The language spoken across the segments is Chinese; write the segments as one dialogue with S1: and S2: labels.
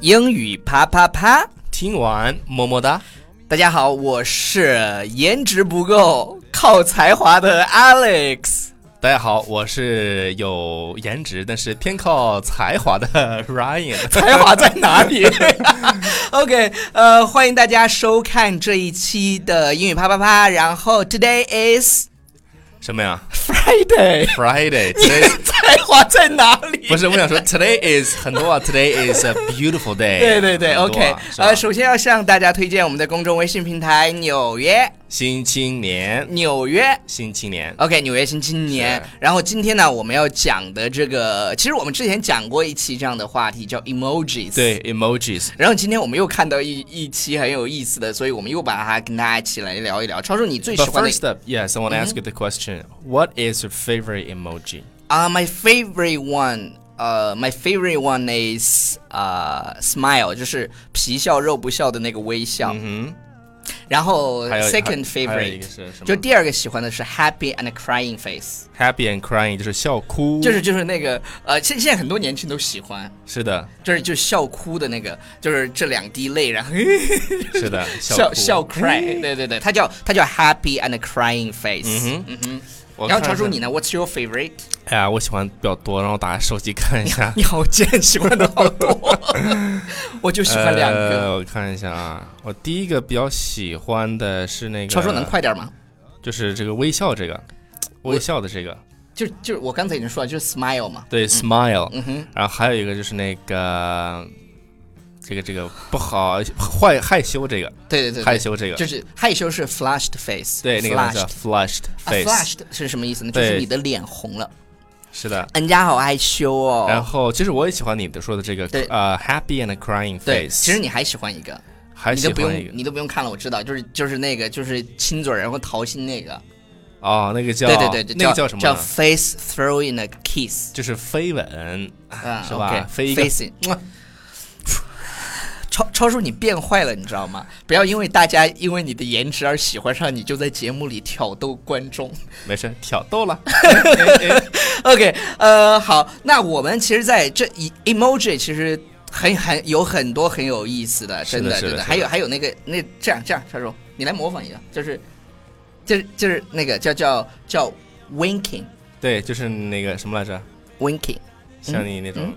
S1: 英语啪啪啪。
S2: 听完么么哒。
S1: 大家好，我是颜值不够靠才华的 Alex。
S2: 大家好，我是有颜值但是偏靠才华的 Ryan。
S1: 才华在哪 里？OK，呃，欢迎大家收看这一期的英语啪啪啪。然后 Today is
S2: 什么呀
S1: Friday。
S2: ？Friday
S1: 你的
S2: today
S1: 才华在哪里？
S2: 不是，我想说 today is 很多啊，today is a beautiful day
S1: 对对对
S2: 哎很多
S1: ，OK
S2: 啊。是吧
S1: 呃，首先要向大家推荐我们的公众微信平台《纽约
S2: 新青年，
S1: 纽约》。
S2: 新青年，
S1: OK，纽约新青年
S2: 是。
S1: 然后今天呢，我们要讲的这个，其实我们之前讲过一期这样的话题，叫 emojis。
S2: 对 emojis，
S1: 然后今天我们又看到一一期很有意思的，所以我们又把它跟大家一起来聊一聊。超叔，你最喜
S2: But
S1: 欢的
S2: first up, yes, I want to ask you the question. What is your favorite emoji?
S1: 啊、m y favorite one，呃、m y favorite one is 呃、smile，就是皮笑肉不笑的那个微笑。
S2: 嗯
S1: 然后
S2: 还有
S1: second
S2: 还还有一
S1: favorite
S2: 个是什么
S1: 就第二个喜欢的是 happy and crying face，、
S2: 哼，happy and crying 就是笑哭，
S1: 就是就是那个呃，现现在很多年轻人都喜欢。
S2: 是的，
S1: 就是就笑哭的那个，就是这两滴泪，然后
S2: 是的，
S1: 笑
S2: 哭嗯
S1: 笑 cry，对对对，它叫它叫 happy and crying face。
S2: 嗯哼嗯哼
S1: 然后常叔你呢？What's your favorite？
S2: 哎呀，我喜欢比较多，让我打开手机看一下。
S1: 你好贱，喜欢的好 多，我就喜欢两个。
S2: 呃，我看一下啊，我第一个比较喜欢的是那个，
S1: 超叔能快点吗？
S2: 就是这个微笑这个，微笑的这个，
S1: 就就我刚才已经说了，就是 smile 嘛。
S2: 对，smile，
S1: 嗯哼，
S2: 然后还有一个就是那个，这个这个不好，坏害羞这个，
S1: 对对对
S2: 害
S1: 对，
S2: 羞这个，
S1: 就是害羞是 flushed face，
S2: 对，那个东西叫
S1: flushed。
S2: flushed
S1: 啊
S2: face，
S1: ，flushed 是什么意思呢？就是
S2: 对
S1: 你的脸红了，
S2: 是的。
S1: 人家好害羞
S2: 然
S1: 哦。
S2: 后其实我也喜欢你的说的这个
S1: 对
S2: 呃 happy and crying
S1: 对，
S2: face，
S1: 其实你还喜欢一个，
S2: 还
S1: 你
S2: 喜
S1: 都不
S2: 欢一个
S1: 用，你都不用看了，我知道，就是就是那个，就是亲嘴儿然后桃心那个，
S2: 哦，那个叫
S1: 对对对，
S2: 那个叫什么
S1: 叫
S2: 呢？
S1: face throw in a kiss，
S2: 就是飞吻，
S1: 啊
S2: 是吧
S1: OK，
S2: 飞一个
S1: facing。超超叔，你变坏了，你知道吗？不要因为大家因为你的颜值而喜欢上你，就在节目里挑逗观众。
S2: 没事，挑 逗了。哎
S1: OK，呃，好，那我们其实在这一 emoji 其实很很有很多很有意思的，
S2: 是
S1: 真
S2: 的是的
S1: 真的，
S2: 是的
S1: 还有还有那个那这样这样，超叔，你来模仿一个，就是就是就是那个叫叫叫 winking
S2: 对，就是那个什么来着，
S1: winking
S2: 像你那种
S1: 嗯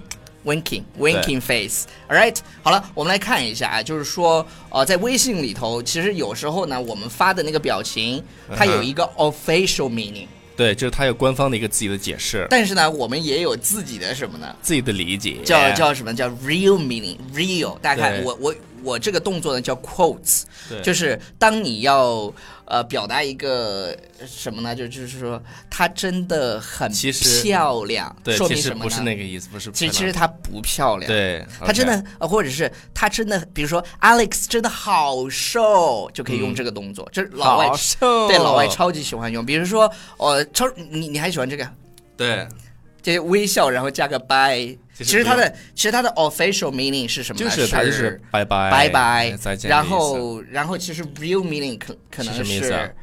S1: winking winking face。All right，好了，我们来看一下啊，就是说，呃，在微信里头，其实有时候呢，我们发的那个表情，它
S2: 嗯哼
S1: 有一个 official meaning，、
S2: 对，就是它有官方的一个自己的解释，
S1: 但是呢，我们也有自己的什么呢？
S2: 自己的理解，哎
S1: 叫叫什么叫 real meaning？real，大家看
S2: 对
S1: 我我我这个动作呢叫 quotes，
S2: 对
S1: 就是当你要呃表达一个呃什么呢？就就是说她真的很
S2: 其实
S1: 漂亮，
S2: 对，
S1: 说
S2: 其
S1: 明
S2: 实
S1: 什么
S2: 不
S1: 呢？
S2: 是那个意思，不是
S1: 其实其
S2: 不
S1: 实
S2: 是
S1: 她不漂亮，
S2: 那对，
S1: 他真
S2: OK
S1: 的，呃或者是他真的，比如说 Alex 真的好瘦，就可以用这个动作。这是老外
S2: 嗯好瘦啊
S1: 对老外超级喜欢用。比如说，呃，超你你还喜欢这个？
S2: 对，
S1: 这微笑，然后加个 bye。
S2: 其实
S1: 其实它的其实它的 official meaning 是什么
S2: 就
S1: 呢？
S2: 是它就是拜拜
S1: 拜拜
S2: 再见的意
S1: 然
S2: 思，
S1: 后然后其实 real meaning 可可能
S2: 是什么意思啊
S1: 是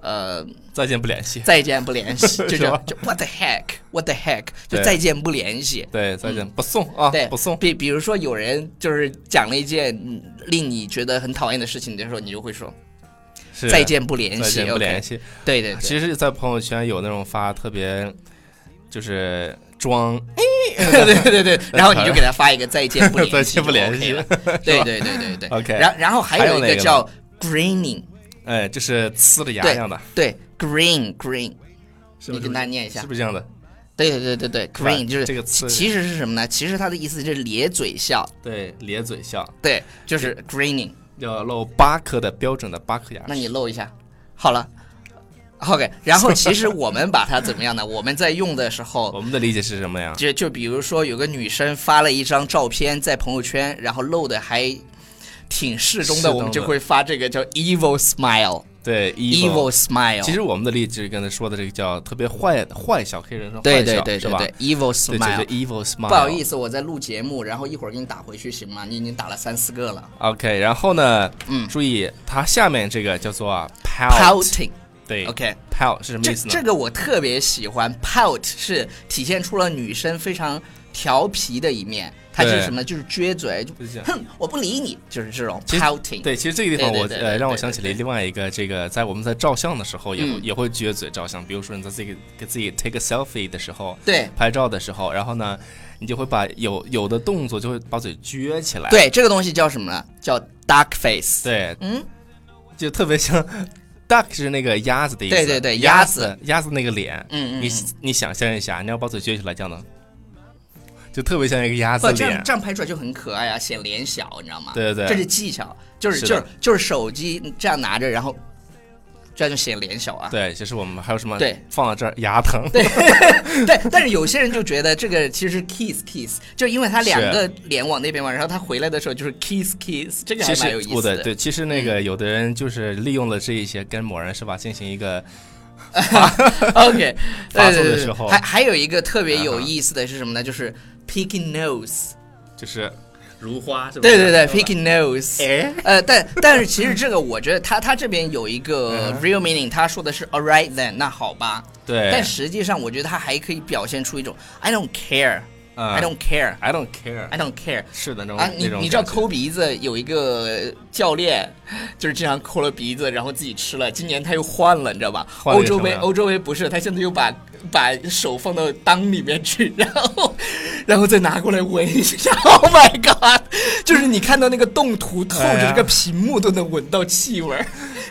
S1: 呃
S2: 再见不联系，
S1: 再见不联 系，就叫
S2: 吧
S1: 就 what the heck what the heck 就
S2: 对
S1: 再见不联系。
S2: 对，再见不送啊
S1: 嗯对，，
S2: 不送，
S1: 比比如说有人就是讲了一件嗯令你觉得很讨厌的事情的时候，你就会说
S2: 是
S1: 再，见不联
S2: 再
S1: 系，
S2: 见不
S1: OK
S2: 联系。
S1: 对对对，
S2: 其实，在朋友圈有那种发特别，就是装，
S1: 哎对对对，然后你就给他发一个再见不联系，
S2: 再见不联系
S1: 就 OK 了，对 对对对对
S2: OK
S1: 然然后还
S2: 还
S1: 有
S2: 有
S1: 一
S2: 哪
S1: 个
S2: 个
S1: 叫 greening，
S2: 哎，就是呲着牙
S1: 对
S2: 一样的，
S1: 对 green green，
S2: 是不
S1: 你
S2: 是
S1: 跟大家念一下
S2: 是，不是这样的？
S1: 对对对对对，green 就是
S2: 这个词
S1: 其实是什么呢？其实它的意思是咧嘴笑，
S2: 对，咧嘴笑，
S1: 对，就是 greening。
S2: 要露八颗的标准的八颗牙齿。
S1: 那你露一下，好了。OK，然后其实我们把它怎么样呢？我们在用的时候，
S2: 我们的理解是什么呀？
S1: 就就比如说有个女生发了一张照片在朋友圈，然后露的还挺适中
S2: 适
S1: 的，
S2: 中的
S1: 我们就会发这个叫 evil smile，evil
S2: 对，evil。
S1: smile。
S2: 其实我们的例子刚才说的这个叫特别坏坏小黑人说
S1: 对
S2: 坏
S1: 对
S2: 笑
S1: 对
S2: 是
S1: 对
S2: 吧？
S1: 对，evil
S2: 对，就是
S1: smile。
S2: evil smile。
S1: 不好意思，我在录节目，然后一会儿给你打回去行吗？你已经打了三四个了。
S2: OK，然后呢，
S1: 嗯
S2: 注意它下面这个叫做啊 pout，
S1: Pouting，OK。
S2: 对，pout 是什么
S1: 这
S2: 意思呢？
S1: 这个我特别喜欢，pout 是体现出了女生非常调皮的一面，他是
S2: 对
S1: 什么呢？就是撅嘴，就
S2: 就是这样
S1: 哼，我不理你，就是这种
S2: 其实
S1: pouting。
S2: 对，其实这个地方
S1: 对对
S2: 我
S1: 对对
S2: 呃
S1: 对
S2: 让我
S1: 对
S2: 想起了
S1: 对
S2: 另外一个，这个在我们在照相的时候也会
S1: 嗯
S2: 也会撅嘴照相，比如说你在自己给自己 take a selfie 的时候，
S1: 对
S2: 拍照的时候，然后呢，你就会把有有的动作就会把嘴撅起来，
S1: 对，这个东西叫什么呢？叫 duck face。
S2: 对，
S1: 嗯，
S2: 就特别像 duck 是那个鸭子的意思，
S1: 对对对
S2: 鸭
S1: 鸭
S2: 子鸭子那个脸，
S1: 嗯嗯
S2: 你你想象一下，你要把嘴撅起来这样的，就特别像一个鸭子
S1: 不，这
S2: 脸
S1: 样，这样拍出来就很可爱啊，显脸小，你知道吗？
S2: 对对对
S1: 这是技巧，就是
S2: 是
S1: 就
S2: 的
S1: 是就是手机这样拿着，然后这样就显脸小啊。
S2: 对，其实我们还有什么
S1: 对
S2: 放到这儿牙疼，
S1: 对，但是有些人就觉得这个其实是 kiss kiss，就因为他两个脸往那边嘛，然后他回来的时候就是 kiss kiss，这个还
S2: 其
S1: 蛮
S2: 实
S1: 有意
S2: 我
S1: 思
S2: 的
S1: 的。
S2: 对，其实那个有的人就是利用了这一些跟某人是吧，进行一个
S1: OK，
S2: 发
S1: 对
S2: 作
S1: 对
S2: 的
S1: 对
S2: 时候
S1: 对，还还有一个特别有
S2: 嗯哼
S1: 意思的是什么呢？就是 picking nose，
S2: 就是如花是吧？
S1: 对对对
S2: 是吧
S1: ，picking nose。
S2: 哎，
S1: 呃，但但是其实这个，我觉得他他这边有一个
S2: 嗯哎
S1: real meaning，他说的是 all right then，那好吧。
S2: 对，
S1: 但实际上，我觉得他还可以表现出一种 I don't care，I
S2: 嗯
S1: don't care，I
S2: I don't care，
S1: don't care。
S2: 是的那种
S1: 啊，
S2: 那
S1: 你
S2: 种
S1: 你知道
S2: 感觉
S1: 抠鼻子有一个教练，就是经常抠了鼻子，然后自己吃了。今年他又换了，你知道吧？
S2: 换
S1: 欧
S2: 了一个
S1: 洲
S2: 什么
S1: 杯
S2: 呀
S1: 欧洲杯不是，他现在又把把手放到裆里面去，然后 然后再拿过来闻一下。Oh my god！就是你看到那个动图透
S2: 哎
S1: 着
S2: 呀
S1: 这个屏幕都能闻到气味儿。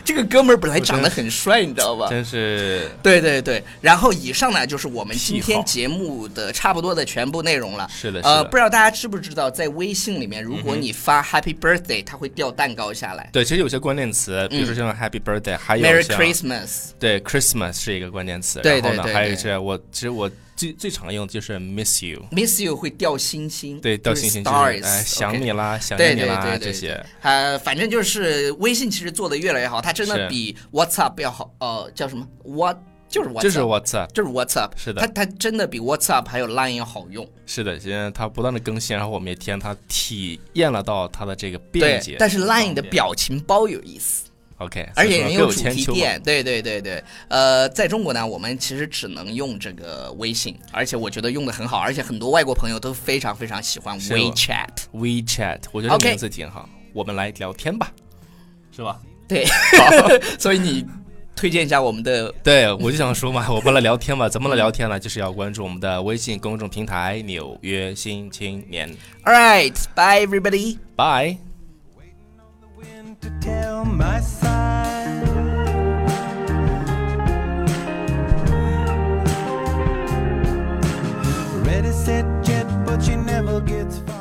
S1: 这个哥们儿本来长得很帅，你知道吧？
S2: 真是
S1: 对对对，然后以上呢就是我们今
S2: 癖
S1: 天
S2: 好
S1: 节目的差不多的全部内容了。
S2: 是的是
S1: 呃，
S2: 的
S1: 不知道大家知不知道，在微信里面，如果你发 Happy Birthday，它会掉蛋糕下来。
S2: 对，其实有些关键词，比如说像 Happy Birthday，还有
S1: 嗯 Merry
S2: 像
S1: Christmas，
S2: 对 Christmas 是一个关键词，
S1: 对
S2: 然后
S1: 对
S2: 呢，
S1: 对
S2: 还有
S1: 对
S2: 是我其实我最最常用的就是 Miss You，
S1: Miss You 会掉星星，
S2: 对，掉
S1: 就是
S2: 星星就是
S1: Stars，
S2: 哎
S1: OK
S2: 想你啦，想
S1: 对对
S2: 念你
S1: 对
S2: 啦
S1: 对
S2: 这
S1: 对
S2: 些，
S1: 呃，反正就是微信其实做的越来越好，它真的
S2: 是
S1: 比 WhatsApp 要好，呃，叫什么 What 就是 WhatsApp，
S2: 就是 What's up，
S1: 就是 WhatsApp，
S2: 是的
S1: 它它真的比 WhatsApp 还有 Line 要好用。
S2: 是的，现在它不断的更新，然后我们也体验它体验了到它的这个便
S1: 对
S2: 捷，，
S1: 但是 Line 的
S2: 方便
S1: 表情包有意思。
S2: OK，
S1: 而且
S2: 所以
S1: 也
S2: 说各
S1: 有主
S2: 千
S1: 题
S2: 秋嘛
S1: 店，对对对对，呃，在中国呢，我们其实只能用这个微信，而且我觉得用的很好，而且很多外国朋友都非常非常喜欢
S2: 是吗哦
S1: WeChat。
S2: WeChat，我觉得这
S1: OK
S2: 名字挺好，我们来聊天吧，是吧？
S1: 对，所以你推荐一下我们的
S2: 对，我就想说嘛，我们来聊天吧，怎么来聊天呢？就是要关注我们的微信公众平台《纽约新青年》
S1: ，All right，bye everybody。
S2: ，Bye。
S3: wind to tell my side. Ready, set, jet, but she never gets far.